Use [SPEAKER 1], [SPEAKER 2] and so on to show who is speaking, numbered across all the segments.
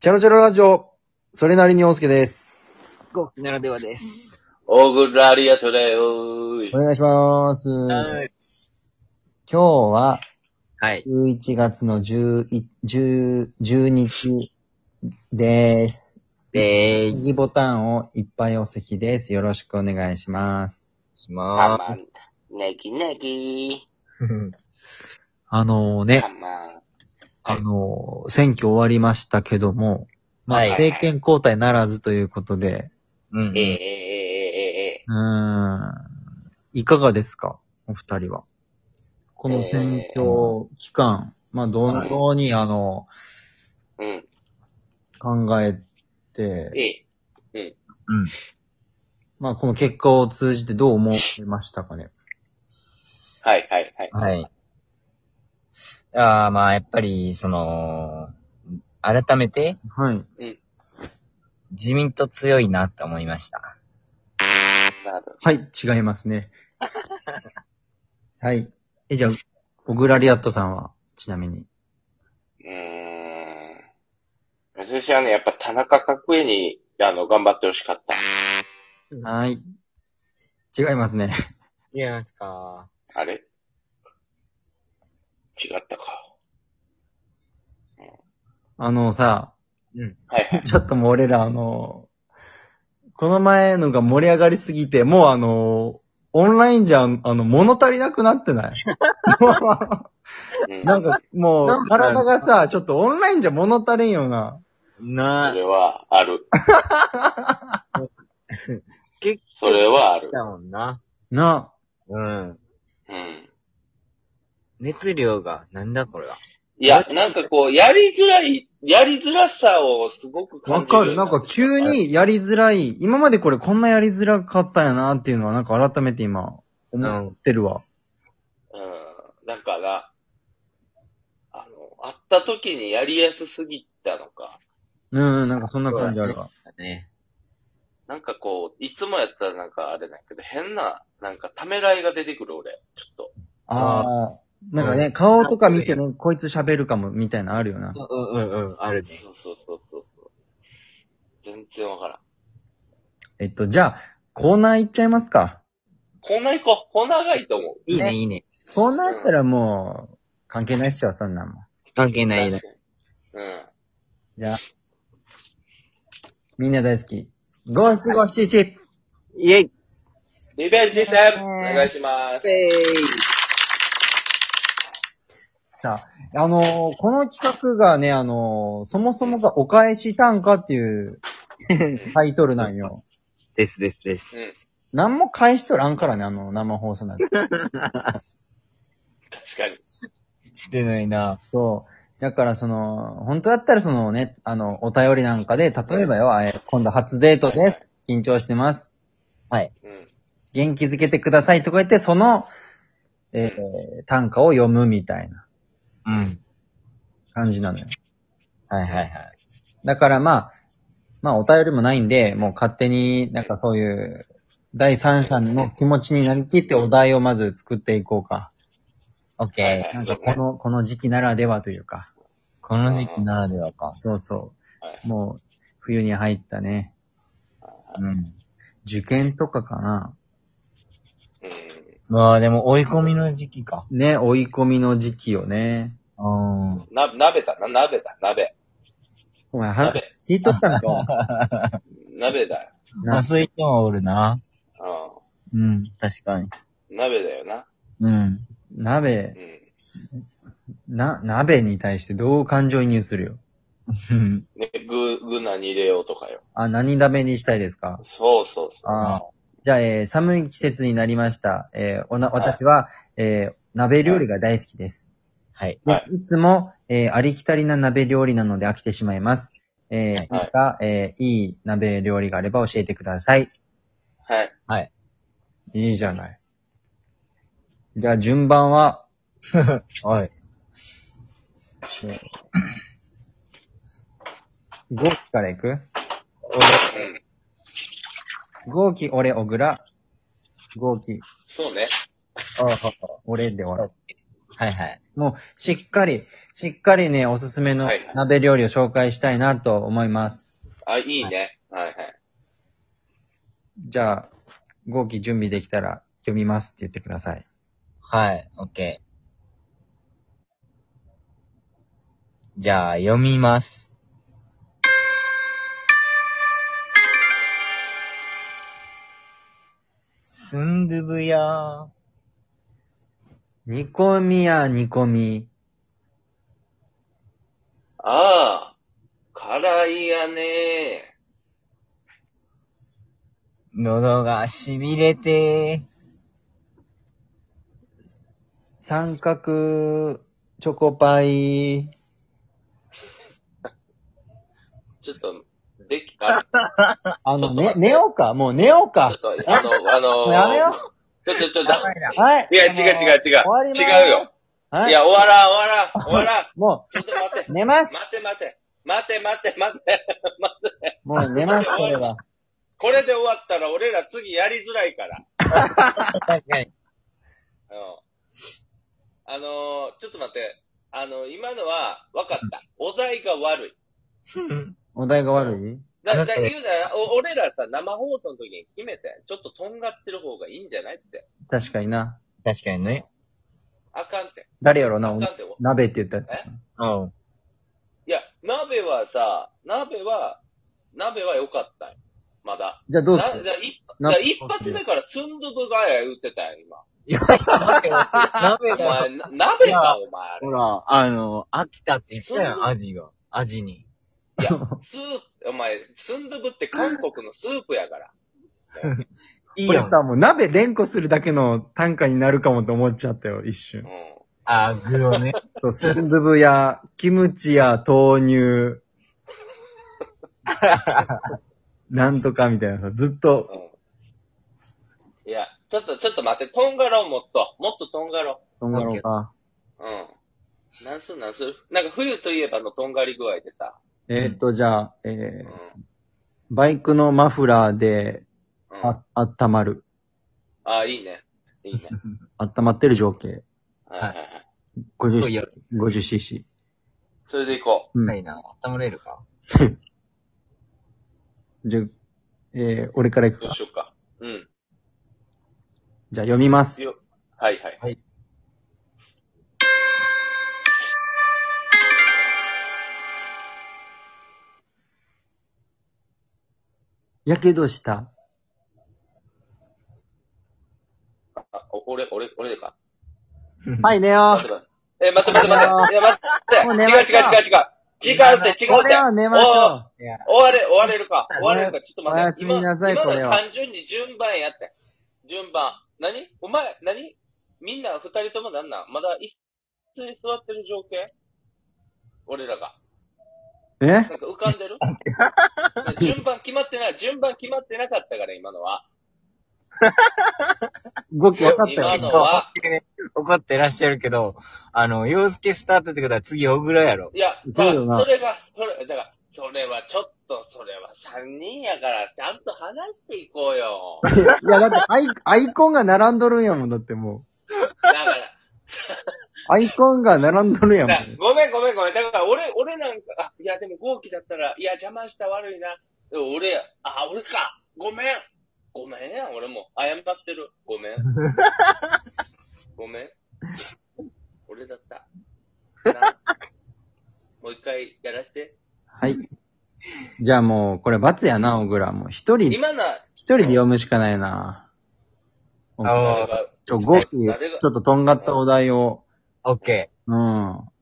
[SPEAKER 1] チャロチャロラジオ、それなりに大介です。
[SPEAKER 2] ごきならではです。
[SPEAKER 3] オーグラリアトだよーい
[SPEAKER 1] お。願いします。今
[SPEAKER 2] はい。
[SPEAKER 1] 日は
[SPEAKER 2] はい。
[SPEAKER 1] 11月の11、10 12日です。
[SPEAKER 2] でー
[SPEAKER 1] 右ボタンをいっぱい押す日です。よろしくお願いします。
[SPEAKER 2] しま
[SPEAKER 3] カ
[SPEAKER 2] ー
[SPEAKER 3] マン、ネギネギ
[SPEAKER 1] あの
[SPEAKER 3] ー。
[SPEAKER 1] ね
[SPEAKER 3] カ、マン。
[SPEAKER 1] あの、選挙終わりましたけども、まあ、
[SPEAKER 2] はい
[SPEAKER 1] 政権交代ならずということで、
[SPEAKER 2] うん
[SPEAKER 3] えええええええええ
[SPEAKER 1] うーん、いかがですかお二人は。この選挙期間、まあ、どのように、あの、
[SPEAKER 3] うん。
[SPEAKER 1] 考えて、
[SPEAKER 3] ええ。
[SPEAKER 1] まあ、この結果を通じてどう思いましたかね。
[SPEAKER 3] はいはいはい。
[SPEAKER 2] はい。ああ、まあ、やっぱり、その、改めて、
[SPEAKER 1] はい。
[SPEAKER 2] 自民党強いなって思いました。
[SPEAKER 3] なる
[SPEAKER 1] はい、違います ね。はい。え、じゃあ、オグラリアットさんは、ちなみに。
[SPEAKER 3] うーん。私はね、やっぱ田中角栄に、あの、頑張ってほしかった。
[SPEAKER 1] はい。違いますね。
[SPEAKER 2] 違いますか。
[SPEAKER 3] あれ違ったか。
[SPEAKER 1] あのさ、
[SPEAKER 2] うん。
[SPEAKER 3] はいはい。
[SPEAKER 1] ちょっともう俺らあの、この前のが盛り上がりすぎて、もうあの、オンラインじゃ、あの、物足りなくなってない
[SPEAKER 3] うん。
[SPEAKER 1] なんか、も
[SPEAKER 2] なん
[SPEAKER 1] う、
[SPEAKER 2] か
[SPEAKER 1] 体がさ、ちょっとオンラインじゃ物足りんよな。
[SPEAKER 3] そ
[SPEAKER 2] な
[SPEAKER 3] れはあ る。
[SPEAKER 2] 結
[SPEAKER 3] それはある。
[SPEAKER 2] だもんな。
[SPEAKER 1] な。
[SPEAKER 2] うん。
[SPEAKER 3] うん。
[SPEAKER 2] 熱量が、なんだこれは。
[SPEAKER 3] いや、なんかこう、やりづらい、やりづらさをすごく感
[SPEAKER 1] わ
[SPEAKER 3] じる。
[SPEAKER 1] かる。なんか急にやりづらい。今までこれこんなやりづらかったんやなっていうのは、なんか改めて今、思ってるわ。
[SPEAKER 3] うんだから、あの、会った時にやりやすすぎたのか。
[SPEAKER 1] うん、なんかそんな感じあるわ。
[SPEAKER 2] ね。
[SPEAKER 3] なんかこう、いつもやったらなんかあれだけど、変な、なんかためらいが出てくる俺、ちょっ
[SPEAKER 1] ああ。なんかね、顔とか見てね、こいつ喋るかも、みたいなのあるよな
[SPEAKER 2] う。んうんうんうん、あるね。
[SPEAKER 3] と。そうそうそうそうそう。全然わからん。
[SPEAKER 1] えっと、じゃあ、コーナー行っちゃいますか。
[SPEAKER 3] コーナー行こう。コーナーがいいと思う。
[SPEAKER 2] いいね、
[SPEAKER 1] ね
[SPEAKER 2] いいね。
[SPEAKER 1] コーナーやったらもう、関係ないっすよ、そんなんもん。
[SPEAKER 2] 関係ないね
[SPEAKER 3] 確。かにうん。
[SPEAKER 1] じゃあ、みんな大好き。五七五七七
[SPEAKER 2] イェイ
[SPEAKER 3] リベンジ戦お願いします。
[SPEAKER 1] さあ、あのーこの企画がね、あのーそもそもがお返し単価っていうタイトルなんよ。
[SPEAKER 2] ですですです。
[SPEAKER 3] うん。
[SPEAKER 1] 何も返しとらんからね、あの、生放送なんて。
[SPEAKER 3] 確かに。
[SPEAKER 2] してないな。
[SPEAKER 1] そう。だから、その、本当だったら、そのね、あの、お便りなんかで、例えばよ、え今度初デートです。緊張してます。
[SPEAKER 3] うん。
[SPEAKER 1] 元気づけてくださいとか言って、その、えー、短歌を読むみたいな
[SPEAKER 2] うん。
[SPEAKER 1] 感じなのよ。
[SPEAKER 2] はいはいはい。
[SPEAKER 1] だからまあ、まあお便りもないんで、もう勝手になんかそういう、第三者の気持ちになりきってお題をまず作っていこうか。
[SPEAKER 2] オッケ
[SPEAKER 3] は
[SPEAKER 2] ー
[SPEAKER 3] いは。い
[SPEAKER 1] なんかこの、この時期ならではというか。
[SPEAKER 2] この時期ならではか。
[SPEAKER 1] そうそ。
[SPEAKER 3] はいう
[SPEAKER 1] もう、冬に入ったね。
[SPEAKER 2] うん。
[SPEAKER 1] 受験とかかな。
[SPEAKER 3] うん。
[SPEAKER 2] まあでも追い込みの時期か。
[SPEAKER 1] ね、追い込みの時期よね。
[SPEAKER 2] うん。
[SPEAKER 3] な、鍋だな、鍋だ、鍋。
[SPEAKER 1] お前、
[SPEAKER 3] や
[SPEAKER 1] は
[SPEAKER 3] べ、
[SPEAKER 1] 聞いとったのか。
[SPEAKER 3] 鍋だよ。
[SPEAKER 2] まあ
[SPEAKER 1] な
[SPEAKER 2] そういう人もおるな。
[SPEAKER 3] う
[SPEAKER 2] うん。確かに。
[SPEAKER 3] ん。鍋だよな。
[SPEAKER 2] うん。
[SPEAKER 3] う
[SPEAKER 1] 鍋、
[SPEAKER 3] ん。
[SPEAKER 1] な、鍋に対してどう感情移入するよ。
[SPEAKER 3] ね、ぐ、ぐなに入れようとかよ。
[SPEAKER 1] あ、何鍋にしたいですか
[SPEAKER 3] そうそうそう。
[SPEAKER 1] ああ。じゃあ、えー寒い季節になりました。えーおな、私は、えー鍋料理が大好きです。
[SPEAKER 2] はい。
[SPEAKER 1] で、
[SPEAKER 3] はい
[SPEAKER 1] つも、えーありきたりな鍋料理なので飽きてしまいます。えー
[SPEAKER 3] はい
[SPEAKER 1] いつか、えーいい鍋料理があれば教えてください。
[SPEAKER 3] はい。
[SPEAKER 1] いいじゃない。じゃあ、順番は、
[SPEAKER 2] おい。
[SPEAKER 1] 5期からいく
[SPEAKER 3] うん。
[SPEAKER 1] ?5 期、俺、小倉。5期、
[SPEAKER 3] そうね。
[SPEAKER 2] あ
[SPEAKER 1] 俺で終わる。
[SPEAKER 2] はいはい。
[SPEAKER 1] もう、しっかり、しっかりね、おすすめの
[SPEAKER 3] はいはい
[SPEAKER 1] 鍋料理を紹介したいなと思います。
[SPEAKER 3] あ、いいね。はいはい。
[SPEAKER 1] じゃあ、合記準備できたら読みますって言ってください。
[SPEAKER 2] はい、オッケー。じゃあ、読みます。スンドゥブヤー。
[SPEAKER 1] 煮込みや煮込み、
[SPEAKER 3] ああ、辛いやね
[SPEAKER 2] 喉が痺れて、
[SPEAKER 1] 三角、チョコパイ、
[SPEAKER 3] ちょっと、でき、あ、
[SPEAKER 1] あ
[SPEAKER 3] ちょ
[SPEAKER 1] の、
[SPEAKER 3] っと待
[SPEAKER 1] ね
[SPEAKER 3] っ、て
[SPEAKER 1] 寝ようか、もう寝よう
[SPEAKER 3] ちょっ
[SPEAKER 1] か。
[SPEAKER 3] と、あの、あの
[SPEAKER 1] もうやめよ
[SPEAKER 3] ちょっと、ちょっ
[SPEAKER 2] やば
[SPEAKER 3] と、
[SPEAKER 2] いな。
[SPEAKER 1] はい。
[SPEAKER 3] いや、違う
[SPEAKER 1] あのー
[SPEAKER 3] 違う違う。
[SPEAKER 1] 終わります。
[SPEAKER 3] 違うよ。
[SPEAKER 1] はいい。
[SPEAKER 3] や、終わらん、終わらん、終わらん。
[SPEAKER 1] も
[SPEAKER 3] ちょっと待って
[SPEAKER 1] う、。寝ます。
[SPEAKER 3] 待って待って。待って待って待って。
[SPEAKER 1] もう寝ます、これは。
[SPEAKER 3] これで終わったら俺ら次やりづらいから。
[SPEAKER 2] 確かに。
[SPEAKER 3] うん。あのー、ちょっと待って。あの、今のは、わかった。お題が悪い。
[SPEAKER 1] お題が悪い
[SPEAKER 3] だ、
[SPEAKER 2] だ
[SPEAKER 3] だ、
[SPEAKER 2] って
[SPEAKER 3] 言うなら、お俺らさ、生放送の時に決めて、ちょっととんがってる方がいいんじゃないって。
[SPEAKER 1] 確かにな。
[SPEAKER 2] 確かにね。
[SPEAKER 3] あかんって。
[SPEAKER 1] 誰やろう
[SPEAKER 3] あ
[SPEAKER 1] な、
[SPEAKER 3] かん
[SPEAKER 1] お
[SPEAKER 3] って。
[SPEAKER 1] 鍋って言ったやつ。
[SPEAKER 3] え
[SPEAKER 2] うん。
[SPEAKER 3] いや、鍋はさ、鍋は、鍋は良かったよ。まだ。
[SPEAKER 1] じゃあど
[SPEAKER 3] な
[SPEAKER 1] う
[SPEAKER 3] だ
[SPEAKER 1] ぞ
[SPEAKER 3] から一だ
[SPEAKER 1] な
[SPEAKER 3] から一発目からスンドゥブガヤ言ってたよ、今。
[SPEAKER 2] いや、鍋が、
[SPEAKER 3] お前、な鍋か、お前、あれ
[SPEAKER 2] ほ。ら、あの、飽きたって言ったやん、アジが。アジに。
[SPEAKER 3] いや、スープ、お前、スンドゥブって韓国のスープやから。
[SPEAKER 2] いい
[SPEAKER 1] これ
[SPEAKER 2] やん。
[SPEAKER 1] さ、もう鍋連呼するだけの単価になるかもと思っちゃったよ、一
[SPEAKER 3] う
[SPEAKER 1] 瞬。
[SPEAKER 3] ん。
[SPEAKER 2] あ、具をね。
[SPEAKER 1] そう、スンズブや、キムチや、豆乳、なんとかみたいなさ、ずっと、
[SPEAKER 3] うん。いや、ちょっと、ちょっと待って、とんがろう、もっと。もっととんがろ
[SPEAKER 1] とんがろうか。
[SPEAKER 3] う。うん。なんするなんするなんか冬といえばのとんがり具合でさ。
[SPEAKER 1] えーっと、じゃあ、え
[SPEAKER 3] う
[SPEAKER 1] ー
[SPEAKER 3] ん。
[SPEAKER 1] バイクのマフラーで、
[SPEAKER 3] うん、あ
[SPEAKER 1] あ、温まる。
[SPEAKER 3] あ、いいね。いい ね。
[SPEAKER 1] 温まってる情景。
[SPEAKER 3] はいはいはい。
[SPEAKER 2] いや
[SPEAKER 1] 50cc。50cc。
[SPEAKER 3] それでいこ
[SPEAKER 1] うん
[SPEAKER 2] 臭いな。温まれるか
[SPEAKER 1] じゃあ、えー、俺から行
[SPEAKER 3] う。
[SPEAKER 1] く
[SPEAKER 3] どう
[SPEAKER 1] か。
[SPEAKER 3] しようか。うん。
[SPEAKER 1] じゃあ読みます。
[SPEAKER 3] よ、はいはい。
[SPEAKER 2] はい
[SPEAKER 1] やけどした。
[SPEAKER 3] あ、お俺、俺、俺でか。
[SPEAKER 1] はい、寝よ
[SPEAKER 3] 待って待って。え、待って待って待って。いや、待って。
[SPEAKER 1] もう寝ましょう
[SPEAKER 3] 違う違う違う違う。違うって、違
[SPEAKER 1] う。
[SPEAKER 3] うっ
[SPEAKER 1] こ
[SPEAKER 3] て
[SPEAKER 1] れ。は寝まし
[SPEAKER 3] おう
[SPEAKER 1] ょ
[SPEAKER 2] いや、
[SPEAKER 3] 終われ、終われるか。終われるか。ちょっと待って。
[SPEAKER 1] おやすみなさい
[SPEAKER 3] 今
[SPEAKER 1] これ
[SPEAKER 3] 今
[SPEAKER 1] は
[SPEAKER 3] の単純に順番やって。順番。何お前、何みんな二人ともなんなんまだ椅子に座ってる情景俺らが。
[SPEAKER 1] う。え
[SPEAKER 3] なんか浮かん でる順番決まってない。順番決まってなかったから、今のは。
[SPEAKER 1] 動き分かった
[SPEAKER 3] 今
[SPEAKER 1] よ。
[SPEAKER 3] のは。
[SPEAKER 2] 怒ってらっしゃるけど、あの、洋介スタートってことは次、小倉やろ。
[SPEAKER 3] いや、
[SPEAKER 1] そうよな
[SPEAKER 3] まあそれが、それ、だから、それはちょっと、それは三人やから、ちゃんと話していこうよ。
[SPEAKER 1] いや、だってアイアイコンが並んどるんやもん、だっても
[SPEAKER 3] だから、
[SPEAKER 1] う。アイコンが並んどるんやも
[SPEAKER 3] だ
[SPEAKER 1] ん。
[SPEAKER 3] ごめんごめんごめん。だから、俺、俺なんか、あ、いや、でも豪気だったら、いや、邪魔した悪いな。でも俺や、あ、俺か。ごめん。ごめんやん、俺も。謝ってる。ご めん。ごめん。俺 だった。なもう一回やらして。
[SPEAKER 1] はい。じゃあもう、これ罰やな、小倉。もう一人、一
[SPEAKER 3] 今のは、
[SPEAKER 1] 人で読むしかないな。
[SPEAKER 2] あ
[SPEAKER 3] 誰が
[SPEAKER 1] ちょ、ゴキ、ちょっととんがったお題を、
[SPEAKER 2] オッケ
[SPEAKER 1] うん。も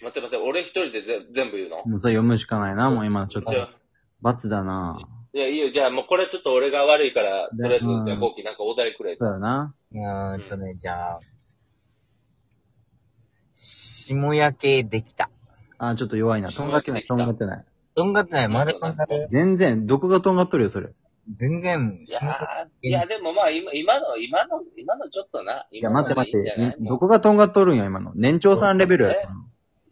[SPEAKER 3] 待って待って、俺一人でぜ全部言うの
[SPEAKER 1] うそれ読むしかないな、もう今のちょっと
[SPEAKER 3] じゃ。あ
[SPEAKER 1] 罰だな。
[SPEAKER 3] いや、いいよ。じゃあ、もうこれちょっと俺が悪いから、と
[SPEAKER 1] で
[SPEAKER 3] りあえず、
[SPEAKER 1] うん
[SPEAKER 3] じゃあ、後期なんかお題くれ。
[SPEAKER 1] そうだな。
[SPEAKER 2] ー。うーんとね、じゃあ、霜焼けできた。
[SPEAKER 1] あ、ちょっと弱いな。とんがってない、とんがってない。
[SPEAKER 2] とんがってない、まだとんがってない。
[SPEAKER 1] 全然、どこがとんがっとるよ、それ。
[SPEAKER 2] 全然、
[SPEAKER 3] いや
[SPEAKER 2] 霜焼
[SPEAKER 3] ー、いや、でもまあ、今、今の、今の、今のちょっとな。
[SPEAKER 1] い
[SPEAKER 3] い
[SPEAKER 1] や、待って待って。
[SPEAKER 3] いんじゃない
[SPEAKER 1] ねどこがとんがっとるんや、今の。年長さんレベルやったの。
[SPEAKER 2] け、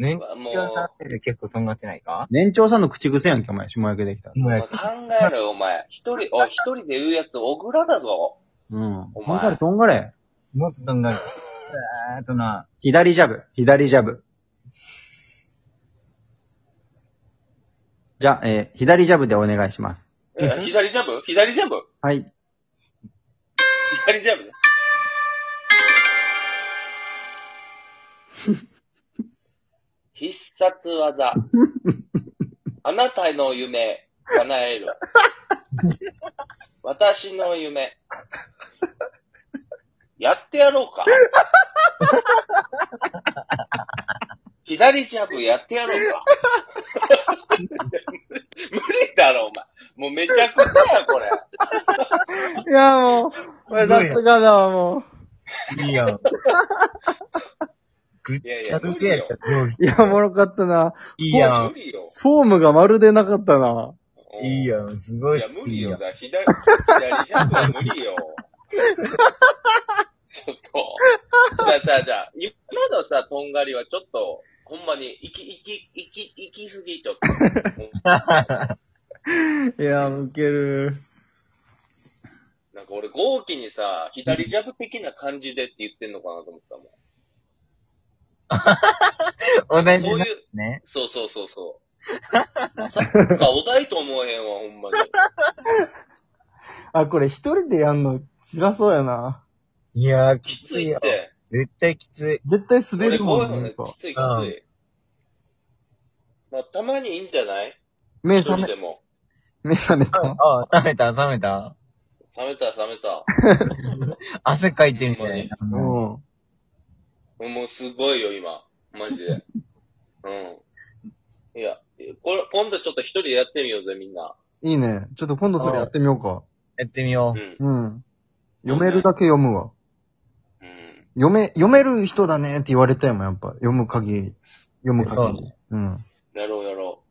[SPEAKER 2] 年
[SPEAKER 3] もう、
[SPEAKER 2] 長さんって結構とんがってないか
[SPEAKER 1] 年長さんの口癖やんけ、お前。下焼けできたの。
[SPEAKER 2] 霜
[SPEAKER 3] お前
[SPEAKER 2] 焼
[SPEAKER 3] 考えろよ、お前。一人、お、一人で言うやつ、小倉だぞ。
[SPEAKER 1] うん。
[SPEAKER 3] お
[SPEAKER 1] と
[SPEAKER 3] 前
[SPEAKER 1] んがれ、とんがれ。
[SPEAKER 2] け。もっととんがる。えーっとな、
[SPEAKER 1] 左ジャブ、左ジャブ。じゃあ、えー左ジャブでお願いします。
[SPEAKER 3] え左ジャブ左ジャブ
[SPEAKER 1] はい。
[SPEAKER 3] 左ジ ャブね必殺技。あなたの夢、叶える。私の夢。やってやろうか。左ジャブやってやろう か。無理だろ、お前。もうめちゃくちゃや、これ。
[SPEAKER 1] いや、もう、
[SPEAKER 2] れさす
[SPEAKER 1] がだわ、も
[SPEAKER 2] い いよ。ぐっちゃぐちゃやった、上
[SPEAKER 1] う。
[SPEAKER 2] 下。
[SPEAKER 1] いや、おもろかったな。
[SPEAKER 2] いいやん
[SPEAKER 3] 無。理よ。
[SPEAKER 1] フォームがまるでなかったな。
[SPEAKER 2] いいやん、すご
[SPEAKER 3] い
[SPEAKER 2] い。
[SPEAKER 3] や、無
[SPEAKER 2] い
[SPEAKER 3] 理
[SPEAKER 2] い
[SPEAKER 3] よ。
[SPEAKER 2] やん。
[SPEAKER 3] だ左、左ジャンプは無理 よ。ちょっと。じゃあ、じゃあ、じゃあ、今のさ、とんがりはちょっと、ほんまに、行き、行き、行き、行きすぎ、ちょっと。
[SPEAKER 1] いや、ウケる。
[SPEAKER 3] なんか俺、豪気にさ、左ジャブ的な感じでって言ってんのかなと思ったもん。
[SPEAKER 2] 同じ
[SPEAKER 3] そう
[SPEAKER 2] な
[SPEAKER 3] いう、
[SPEAKER 2] ね。
[SPEAKER 3] そうそうそうそう。まさか、お題と思えへんわ、ほんまに。
[SPEAKER 1] あ、これ一人でやんの辛そうやな。
[SPEAKER 2] いやー、き
[SPEAKER 3] き
[SPEAKER 2] つ
[SPEAKER 3] つ
[SPEAKER 2] い
[SPEAKER 3] いっ
[SPEAKER 2] よ。
[SPEAKER 3] て。
[SPEAKER 2] 絶対きつい。
[SPEAKER 1] 絶対滑
[SPEAKER 3] 俺、
[SPEAKER 1] る
[SPEAKER 3] こう
[SPEAKER 1] も
[SPEAKER 3] いうん
[SPEAKER 1] ね、
[SPEAKER 3] の
[SPEAKER 1] なんか
[SPEAKER 3] ね、き。つい、きつい。
[SPEAKER 2] うん
[SPEAKER 3] まあ、たまにいいんじゃない
[SPEAKER 1] 目
[SPEAKER 3] 一
[SPEAKER 1] 覚
[SPEAKER 3] 人
[SPEAKER 1] め、
[SPEAKER 3] でも。
[SPEAKER 1] 目覚めた。
[SPEAKER 2] ああ、冷めた、冷めた。
[SPEAKER 3] 冷めた、冷めた。
[SPEAKER 2] 汗かいてるね。うん
[SPEAKER 1] うん。
[SPEAKER 3] もうすごいよ、今。マジで。うん。いや、これ、今度ちょっと一人でやってみようぜ、みんな。
[SPEAKER 1] いいね。ちょっと今度それやってみようか。
[SPEAKER 2] やってみよ
[SPEAKER 3] う
[SPEAKER 2] う。
[SPEAKER 3] ん。
[SPEAKER 1] うん。読めるだけ読むわ。
[SPEAKER 3] うん。
[SPEAKER 1] 読め、読める人だねって言われたよもん、やっぱ。読む限り。読む限り。
[SPEAKER 2] そう
[SPEAKER 1] うん。
[SPEAKER 3] やろうやろ